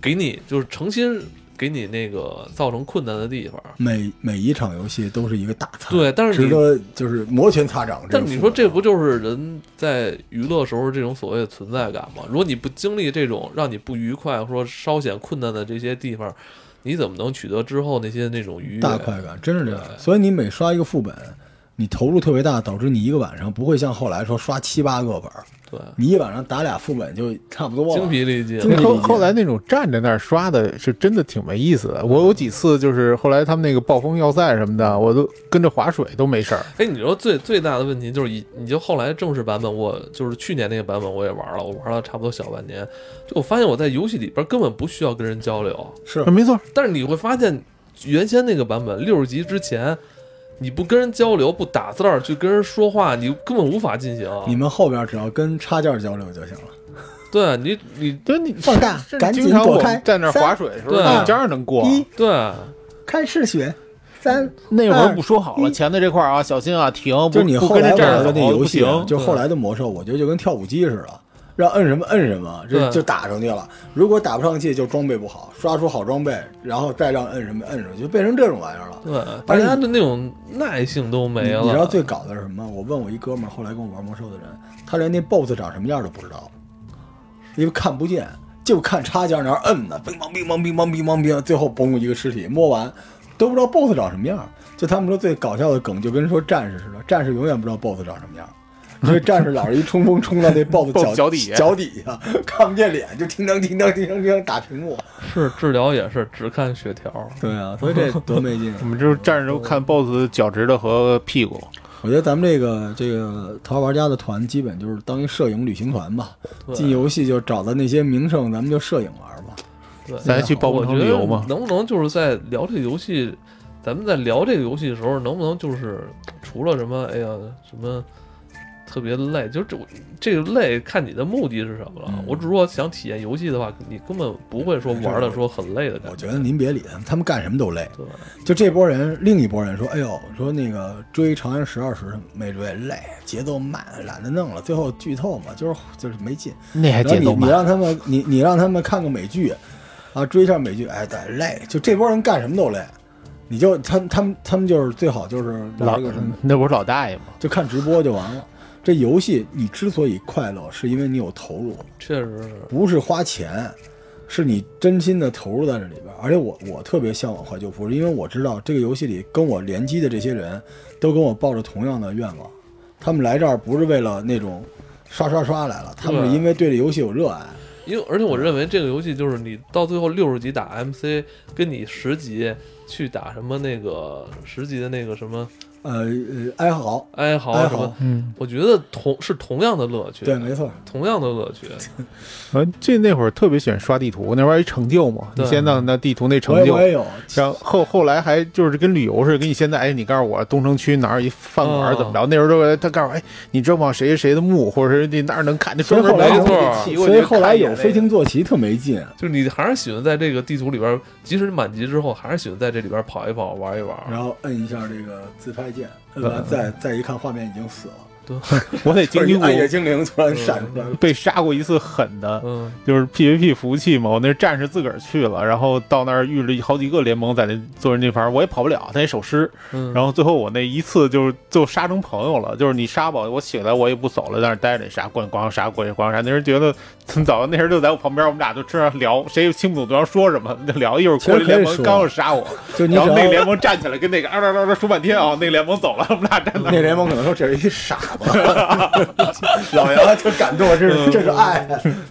给你就是诚心给你那个造成困难的地方。每每一场游戏都是一个大餐，对，但是嗯值你得就是摩拳擦掌。但个你副说本这不就是人在娱乐时候这种所谓的存在感吗？如果你不经历这种让你不愉快或者说稍显困难的这些地方，你怎么能取得之后那些那种愉悦？大快感，真是这样。对所以你每刷一个副本，你投入特别大，导致你一个晚上不会像后来说刷七八个本儿，对，你一晚上打俩副本就差不多了。精疲力尽。精疲后理解后来那种站在那儿刷的是真的挺没意思的。我有几次就是后来他们那个暴风要塞什么的，我都跟着划水都没事儿。哎，你说最最大的问题就是以，你就后来正式版本我，就是去年那个版本我也玩了，我玩了差不多小半年，就我发现我在游戏里边根本不需要跟人交流，是没错，但是你会发现原先那个版本六十级之前，你不跟人交流，不打字儿去跟人说话，你根本无法进行。你们后边只要跟插件交流就行了。对你你就是你放大甚至赶紧经常躲我开在那儿划水的时候，对你照样能过。一对开嗜血，三那会儿二不说好了，一前头这块儿啊，小心啊，停，不就是你不后跟来着这玩儿的走那游不戏啊，行。就是后来的魔兽，我觉得就跟跳舞机似的，让摁什么摁什么，这对就打上去了。如果打不上去，就装备不好，刷出好装备，然后再让摁什么摁上去，就变成这种玩意儿了。对，大但是家的那种耐性都你没了。你知道最搞的是什么？我问我一哥们儿，后来跟我玩魔兽的人，他连那 BOSS 长什么样都不知道，因为看不见，就看插件那儿摁呢，乒乓乒乓乒乓乒乓乒乓，最后嘣一个尸体摸完，都不知道 BOSS 长什么样。就他们说最搞笑的梗，就跟说战士似的，战士永远不知道 BOSS 长什么样。因为战士老是一冲锋冲到那 BOSS 脚 BOSS 脚底下脚底下看不见脸，就叮当叮当叮当叮当打屏幕。是治疗也是只看血条，对啊，所以这 多没劲啊我！们就是站着都看 BOSS 脚趾头和屁股，我觉得咱们这个这个桃花玩家的团，基本就是当一摄影旅行团吧。对进游戏就找到那些名胜，咱们就摄影玩吧。对咱去暴我觉风城得旅游嘛。能不能就是在聊这个游戏，咱们在聊这个游戏的时候，能不能就是除了什么，哎呀，什么特别累，就是这这个累，看你的目的是什么了。嗯我只如果想体验游戏的话，你根本不会说玩的说很累的感我觉。觉得您别理他们，他们干什么都累。对，就这波人，另一波人说：“哎呦，说那个追《长安十二时辰》没追，累，节奏慢，懒得弄了。最后剧透嘛，就是就是没劲。那还然后哎节你奏你慢，让他们，你你让他们看个美剧，啊，追一下美剧，哎，对，累。就这波人干什么都累。你就他们他们他们就是最好就是老玩一个什么那不是老大爷吗？就看直播就完了。这游戏你之所以快乐，是因为你有投入，确实是。不是花钱，是你真心的投入在这里边。而且我我特别向往怀旧服，因为我知道这个游戏里跟我联机的这些人都跟我抱着同样的愿望，他们来这儿不是为了那种刷刷刷来了，他们是因为对这游戏有热爱。因为而且我认为这个游戏就是你到最后六十级打 MC，跟你十级去打什么那个十级的那个什么呃呃，哀嚎，哀嚎哀什嚎么，，嗯，我觉得同是同样的乐趣，对，没错，同样的乐趣。反正这呃那会儿特别喜欢刷地图，那玩意儿一成就嘛，你对先到那地图那我成也就我，也有。然后后后来还就是跟旅游似的，给你现在哎，你告诉我东城区哪儿有一饭馆哦怎么着？那时候都他告诉我哎，你知道吗？谁谁谁的墓，或者是那哪儿能看？那所以专门后来买没有东错西骑过去所以后来有看一眼飞行坐骑特没劲，啊就是你还是喜欢在这个地图里边儿，即使满级之后，还是喜欢在这里边儿跑一跑、玩一玩。然后摁一下这个自拍键，嗯摁完再再一看画面已经死了。那个，我得经历过暗夜精灵突然闪出来，被杀过一次狠的，嗯，就是 PVP 服务器嘛，我那战士自个儿去了，然后到那儿遇了好几个联盟在那坐人那盘，我也跑不了，他也守尸，嗯然后最后我那一次就是就杀成朋友了，就是你杀吧，我起来我也不走了，在那儿待着杀，咣咣杀，咣咣杀，那人觉得早那时候就在我旁边，我们俩就这样聊，谁也听不懂对方说什么，就聊一会儿。其实国际联可以盟说刚要杀我，就你只然后要那个联盟站起来跟那个啊啊啊啊说半天啊，那个联盟走了，我们俩站那 那联盟可能说这是一傻子，老杨就感动，这是这是爱。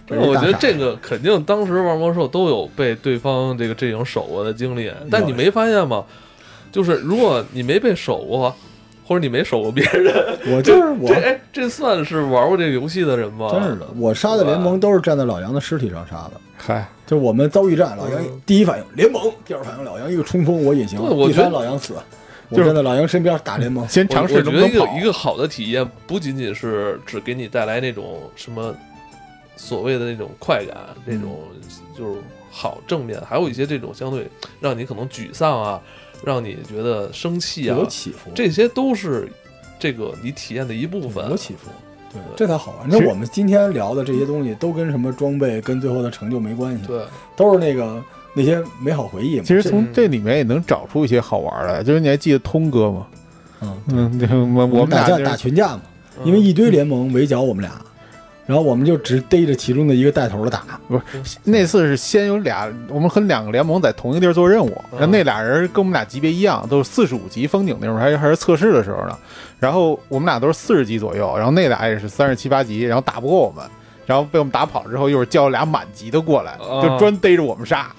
这是一我大觉得傻这个肯定当时玩魔兽都有被对方这个阵营守过的经历，但你没发现吗？就是如果你没被守过，或者你没守过别人，我就这是我这，哎，这算是玩过这个游戏的人吗？真是的，我杀的联盟都是站在老杨的尸体上杀的。嗨，就我们遭遇战，老杨第一反应联盟，第二反应老杨一个冲锋我隐形，对我第觉得三老杨死，我就是站在老杨身边打联盟。 先我尝试我能觉得不能一个跑一个好的体验，不仅仅是只给你带来那种什么所谓的那种快感，那嗯种就是好正面，还有一些这种相对让你可能沮丧啊，让你觉得生气啊有，起伏，这些都是这个你体验的一部分有。起伏，对对，这才好玩。其那实我们今天聊的这些东西都跟什么装备、跟最后的成就没关系，对，都是那个那些美好回忆嘛。其实这从这里面也能找出一些好玩的，就是你还记得通哥吗？嗯，嗯，对我们我我们们打俩架就是打群架嘛，嗯因为一堆联盟围剿我们俩，然后我们就只逮着其中的一个带头的打。那次是先有俩，我们和两个联盟在同一个地儿做任务，然后那俩人跟我们俩级别一样，都是四十五级风景那会儿，还还是测试的时候呢。然后我们俩都是四十级左右，然后那俩也是三十七八级，然后打不过我们，然后被我们打跑之后，一会儿叫俩满级的过来，啊就专逮着我们杀。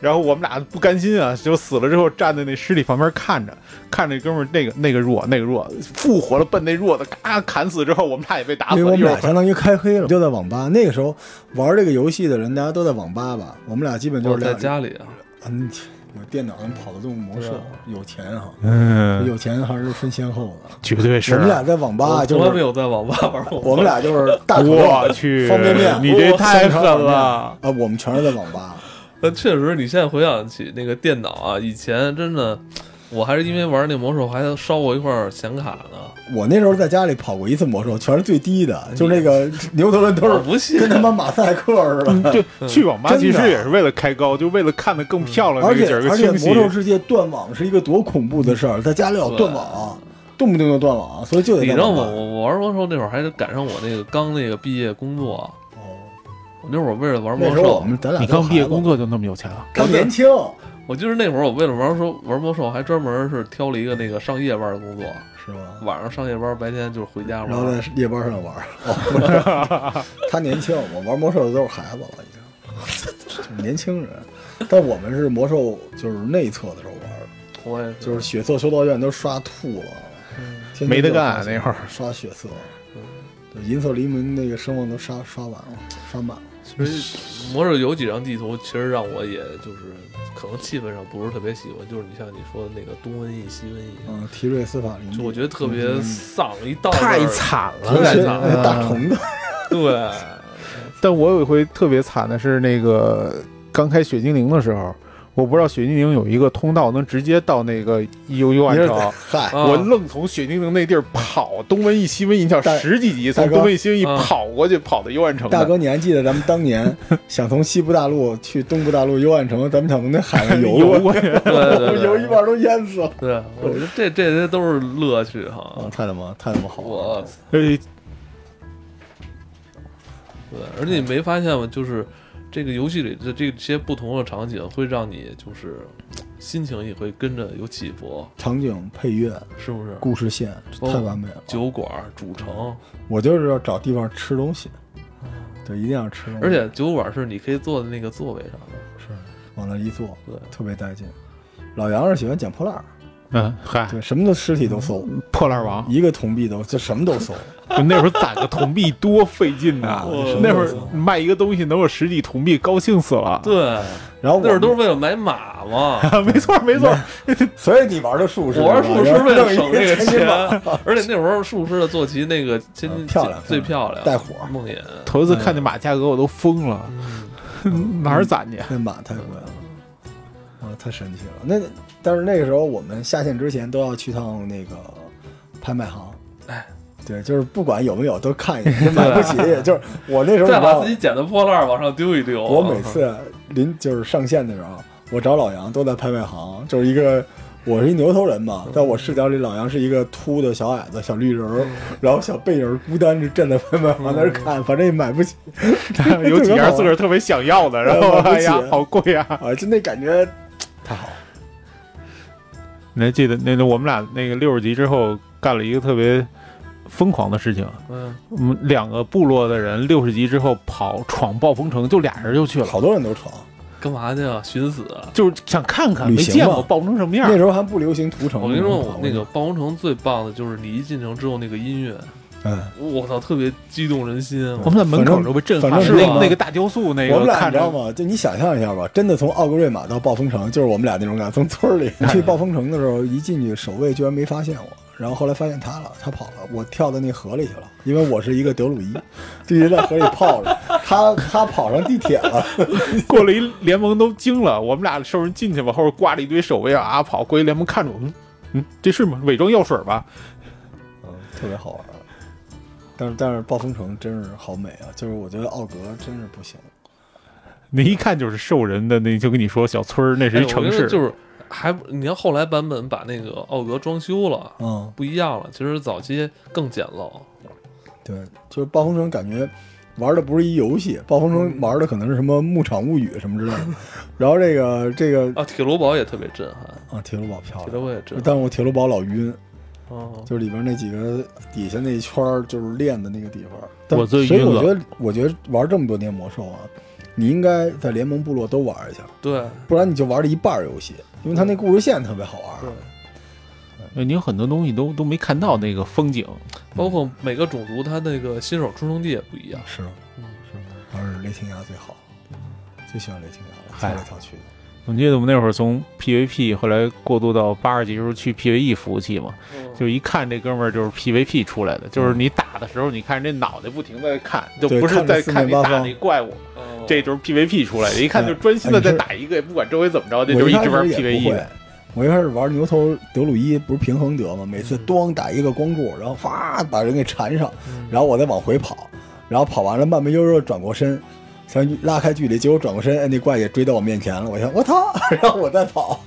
然后我们俩不甘心啊，就死了之后站在那尸体旁边看着，看着哥们儿那个那个弱那个弱复活了，奔那弱的咔砍死之后，我们俩也被打死因了。为我一们会儿俩相当于开黑了，就在网吧。那个时候玩这个游戏的人，大家都在网吧吧？我们俩基本就我是在两家里啊，嗯，有电脑能跑得动魔兽对啊，有钱哈，嗯，有钱还是分先后的。绝对是啊我们俩在网吧我从啊就来没是，有在网吧玩过。我们俩就是大口我去，方便面你这太狠三条了！啊，我们全是在网吧。但 确实，你现在回想起那个电脑啊，以前真的，我还是因为玩那魔兽还烧过一块显卡呢。我那时候在家里跑过一次魔兽，全是最低的，就那个牛头人都我是不信，跟他妈马赛克似 的。对，去网吧嗯真的嗯其实也是为了开高，就为了看得更漂亮，而那个且景儿而更且清晰魔。兽世界断网是一个多恐怖的事儿，在家里老断网，啊动不动就断网，啊所以就得你在知道网我吧。我我玩魔兽那会儿还是赶上我那个刚那个毕业工作，哦我那会儿为了玩那魔时候我兽，们咱俩你都刚毕业孩子工，作就那么有钱了？刚年轻，我就是那会儿我为了玩说玩魔兽还专门是挑了一个那个上夜班的工作，是吧？晚上上夜班，白天就是回家然后玩。在夜班上玩儿。哦 他年轻，我玩魔兽的都是孩子了，已经年轻人。但我们是魔兽，就是内测的时候玩儿，我也就是血色修道院都刷吐了，天天没得干啊就刷那 会儿刷血色，嗯就银色黎明那个声望都刷刷完了，刷满了。其实魔兽有几张地图，其实让我也就是可能气氛上不是特别喜欢，就是你像你说的那个东瘟疫、西瘟疫，嗯，提瑞斯法林地，就我觉得特嗯别丧，一到那太儿惨挺了！惨而且的那哎 大 虫子，对，但我有一回特别惨的是那个刚开雪精灵的时候，我不知道雪精灵有一个通道能直接到那个 U U 暗你是潮。 嗨，啊我愣从雪精灵那地儿跑，东瘟疫、西瘟疫，你想大十几级，大从哥东瘟疫、西瘟疫啊跑过去，跑到幽暗城的。大哥，你还记得咱们 当年想从西部大陆去东部大陆幽暗城，咱们想从那海 上游啊 游过去，对啊对对游一半都淹死了。对，我觉得这这些都是乐趣啊，哈。太他妈太他妈好玩我了！ 哎对，而且你没发现吗？就是这个游戏里的这些不同的场景，会让你就是心情也会跟着有起伏，场景、配乐、是不是？故事线包太完美了。酒馆、主城，我就是要找地方吃东西，对，一定要吃东哦西。而且酒馆是你可以坐在那个座位上的。是往那一坐，对，特别带劲。老杨是喜欢捡破烂儿，嗯，嗨，对，什么的尸体都搜，嗯破烂王。 一个铜币都就什么都 搜。就那会儿攒个铜币多费劲呐、哇那会儿卖一个东西能有十几铜币，高兴死了。对，然后我那会儿都是为了买马嘛。啊， 没错没错，所以你玩的术士，我玩术师为了省这这个钱，而且那会儿术师的坐骑那个千啊金漂亮最漂漂亮，带火梦魇。头一次看见马价格我都疯了，嗯， 哪儿攒去？ 那马太贵了，啊，太神奇了。那但是那个时候我们下线之前都要去趟那个拍卖行，哎，对，就是不管有没有都看一眼，买不起。就是我那时候你再知把道自，己捡的破烂儿往上丢一丢。我每次临就是上线的时候，我找老杨都在拍卖行，就是一个我是一牛头人嘛，嗯在我视角里，老杨是一个秃的小矮子、小绿人儿，然后小背影儿孤单的站在外面往那儿看，反正也买不起，有几样自个儿特别想要的，然后哎呀，好贵啊！啊，就那感觉太好了。你还记得那那我们俩那个六十级之后干了一个特别疯狂的事情，嗯，我们两个部落的人六十级之后跑闯暴风城，就俩人就去了，好多人都闯，干嘛去啊？寻死啊！就是想看看旅没行见吧过暴风城什么样那。时候还不流行屠城。我跟你说，我跑那嗯个，暴风城最棒的就是你一进城之后那个音乐，嗯，我操，特别激动人心。我们在门口都被震撼了，反正那是吧那个大雕塑，那我个们俩看你知道着吗？就你想象一下吧，真的从奥格瑞玛到暴风城，就是我们俩那种感觉。从村 儿里去暴风城的时候，一进去守卫居然没发现我，然后后来发现他了，他跑了，我跳到那河里去了，因为我是一个德鲁伊， 就一直在河里泡着。 他他跑上地铁 了， 过了一联盟都惊了，我们俩收拾进去吧，后边挂了一堆守卫啊跑，过一联盟看着我们，嗯，这是吗？伪装药水吧？嗯，特别好玩。但是但是暴风城真是好美啊！就是我觉得奥格真是不行，你一看就是兽人的，那就跟你说小村儿，那是哎一城我觉得市，就是还不你看后来版本把那个奥格装修了，嗯，不一样了。其实早期更简陋，对，就是暴风城感觉玩的不是一游戏，暴风城玩的可能是什么牧场物语什么之类的。 然后这个这个啊，铁炉堡也特别震撼，啊，铁路堡漂铁亮，炉堡也震撼。但是我铁路堡老晕，哦，就是里边那几个底下那一圈儿，就是练的那个地方。但我最所以晕我了觉得，我觉得玩这么多年魔兽啊，你应该在联盟部落都玩一下，对不然你就玩了一半儿游戏，因为它那故事线特别好玩儿。对，呃你有很多东西都都没看到那个风景，包括每个种族它那个新手出生地也不一样。是，嗯是，还是雷霆崖最好，最喜欢雷霆崖了，嗨跳来跳去的。我记得我们那会儿从 PVP 后来过渡到八十级时候去 PVE 服务器嘛，就一看这哥们儿就是 PVP 出来的，就是你打的时候，你看人家脑袋不停的看，就嗯对不是看着在四看你面八打方那怪物，哦这就是 PVP 出来的，一看哎就专心的在打一个，也不管周围怎么着，这就我是一一开直玩 E 始也不 PVE 会的。，我一开始玩牛头德鲁伊不是平衡得吗？每嗯次咣打一个光柱，然后哗把人给缠上，然后我再往回跑，然后跑完了慢慢悠悠地转过身，想拉开距离，结果转过身，哎，那怪也追到我面前了，我想我操， 然后我再跑，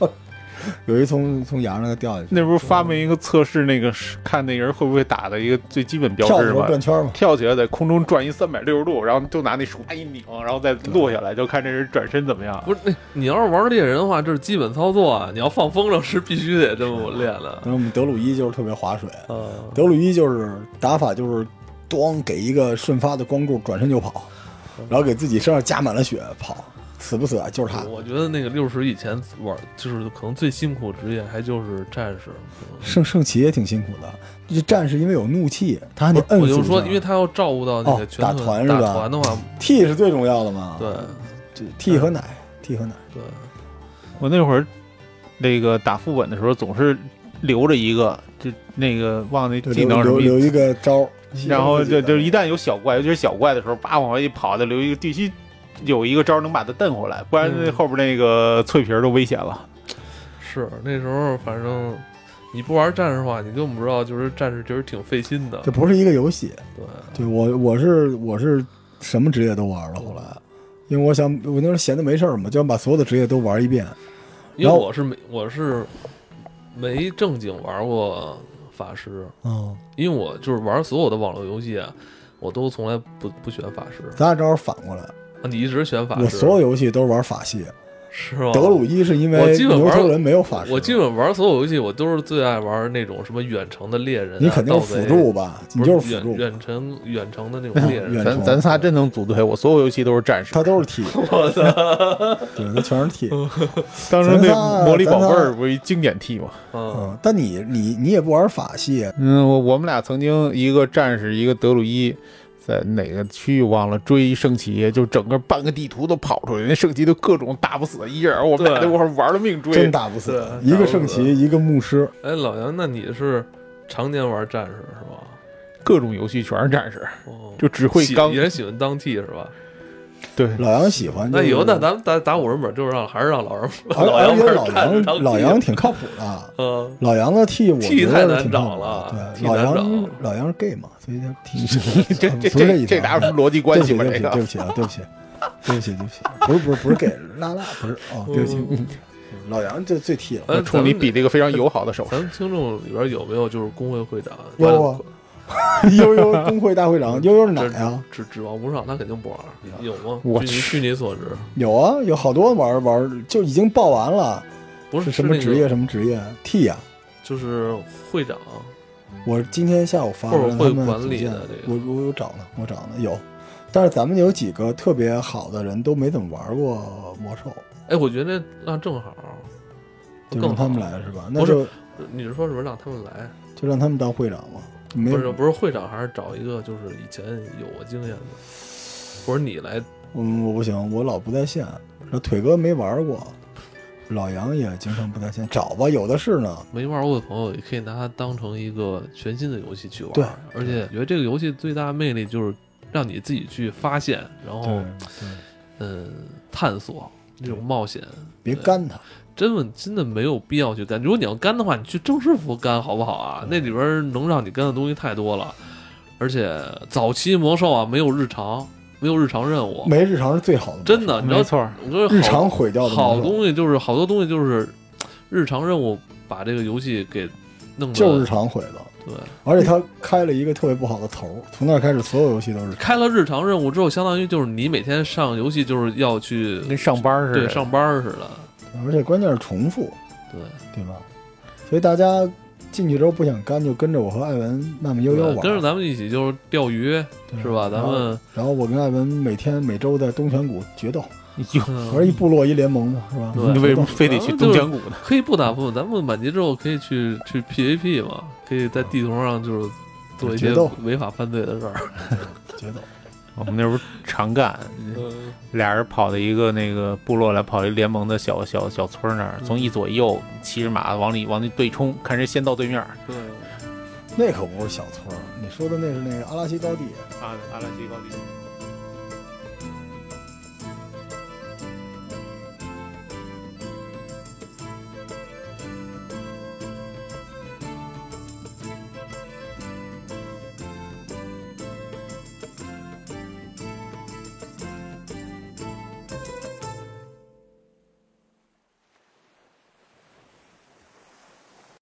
有一从从崖上掉下去，那不是发明一个测试那个是看那人会不会打的一个最基本标跳的志时候吗？转圈嘛，跳起来在空中转一三百六十度，然后就拿那手啪一拧，然后再落下来，就看这人转身怎么样。不是，那你要是玩猎人的话，这是基本操作啊。你要放风筝是必须得这么练的然。后我们德鲁伊就是特别划水，嗯，德鲁伊就是打法就是咣给一个瞬发的光柱，转身就跑，然后给自己身上加满了血跑，死不死啊？就是他。我觉得那个六十以前玩，就是可能最辛苦的职业还就是战士。圣圣骑也挺辛苦的，这战士因为有怒气，他还得摁我死就一下。说，因为他要照顾到那个哦全打团是打吧哦团的话， T 是最重要的嘛。对这，T 和奶，T 和奶，对，我那会儿那个打副本的时候，总是留着一个，就那个忘了那技能什留么留意思。一个 招儿，然后就 就一旦旦有小怪，尤其是小怪的时候，叭往外一跑，就留一个必须有一个招能把它蹬回来，不然嗯后边那个脆皮儿就危险了。是那时候反正你不玩战士的话，你根本不知道，就是战士其实挺费心的这。不是一个游戏。对，对我我是我是什么职业都玩了，后来，因为我想我那时候闲的没事儿嘛，就想把所有的职业都玩一遍。因为然后我是没我是没正经玩过法师，嗯，因为我就是玩所有的网络游戏啊，我都从来不不选法师。咱俩正好反过来，啊你一直选法师，我所有游戏都是玩法系，是吗？德鲁伊是因我为基本牛玩头人没有法师，我基本玩所有游戏，我都是最爱玩那种什么远程的猎人、啊，你肯定是辅助吧，你盗贼，就不是辅远助，哎远程远程的那种猎人。远咱程咱仨真能组队，我所有游戏都是战士。他都是 T， 我操！嗯对，他全是 T。当时那咱仨魔力宝贝咱儿仨不是一经典 T 吗？嗯，嗯，但你你你也不玩法系，嗯，我我们俩曾经一个战士，一个德鲁伊，在哪个区域忘了追圣骑，就整个半个地图都跑出来，那圣骑都各种打不死一人，我们俩对那会儿玩了命追真。打不死对，一打不个死圣骑，一个牧师，哎，老杨，那你是常年玩战士是吧？各种游戏全是战士，哦，就只会喜刚你是喜欢当 T 是吧？嗯对。老杨喜欢、就那是。以后那咱们打打五人本，就是让还是让老人而老而杨且玩老战士当杨 T 老杨挺靠谱的，嗯，老杨 的 T 我 T 觉啊太得难挺找靠谱了的。 T 对，老难杨找 老杨是 gay 嘛，所以他 T 这这不是这这意思这哪有什么逻辑对关不系起吧？对这不起对个啊不起对不起对不起对不起，不是不是不是 gay，拉拉不是哦，对不起嗯老杨这最铁了， 呃我冲你比了一个非常友好的手咱势们。听众里边有没有就是工会会长？有啊悠悠工会大会长，悠悠是哪呀？指指望不上，他肯定不玩儿。有吗？我据你去据你所知，有啊，有好多玩玩就已经报完了，不是是什么职？那业个什么职业 T 呀、就是会长，我今天下午发或了者他会们管组理建的这个我我有找呢，我找呢有，但是咱们有几个特别好的人都没怎么玩过魔兽，哎，我觉得那正好，就更让好他们来是吧？不那是就你是说什么让他们来？就让他们当会长嘛，没不有是不是会长，还是找一个就是以前有过经验的，或者你来嗯，我不行，我老不在线。然后腿哥没玩过，老杨也经常不在线，找吧，有的是呢。没玩过的朋友，也可以拿它当成一个全新的游戏去玩。对，而且我觉得这个游戏最大的魅力就是让你自己去发现，然后对，嗯探索这种冒险。别干他。真的真的没有必要去干。如果你要干的话，你去正式服干好不好啊？那里边能让你干的东西太多了，而且早期魔兽啊没有日常，没有日常任务，没日常是最好的，真的，你知道没，错，我觉得好日常毁掉的好魔兽东西就是好多东西就是日常任务把这个游戏给弄得就日常毁了。对。而且他开了一个特别不好的头儿， 从那儿开始所有游戏都是开了日常任务之后，相当于就是你每天上游戏就是要去跟上班似的。对 上班似的，而且关键是重复，对对吧？所以大家进去之后不想干，就跟着我和艾文慢慢悠悠对玩，跟着咱们一起就是钓鱼对是吧？咱然后们嗯然后我跟艾文每天每周在东泉谷决斗，哟，嗯反正一部落一联盟嘛，是吧？对你为什么非得去东江谷呢？可以不打不，咱们满级之后可以去去 PVP 嘛，可以在地图上就是做一些决斗决违法犯罪的事儿。斗决斗？我们那时候常干，嗯，俩人跑到一个那个部落来，跑到一联盟的小小小村儿那儿，嗯从一左一右骑着马往里往里对冲，看谁先到对面。啊，对，那可不是小村儿，你说的那是那个阿拉西高地。啊阿拉西高地。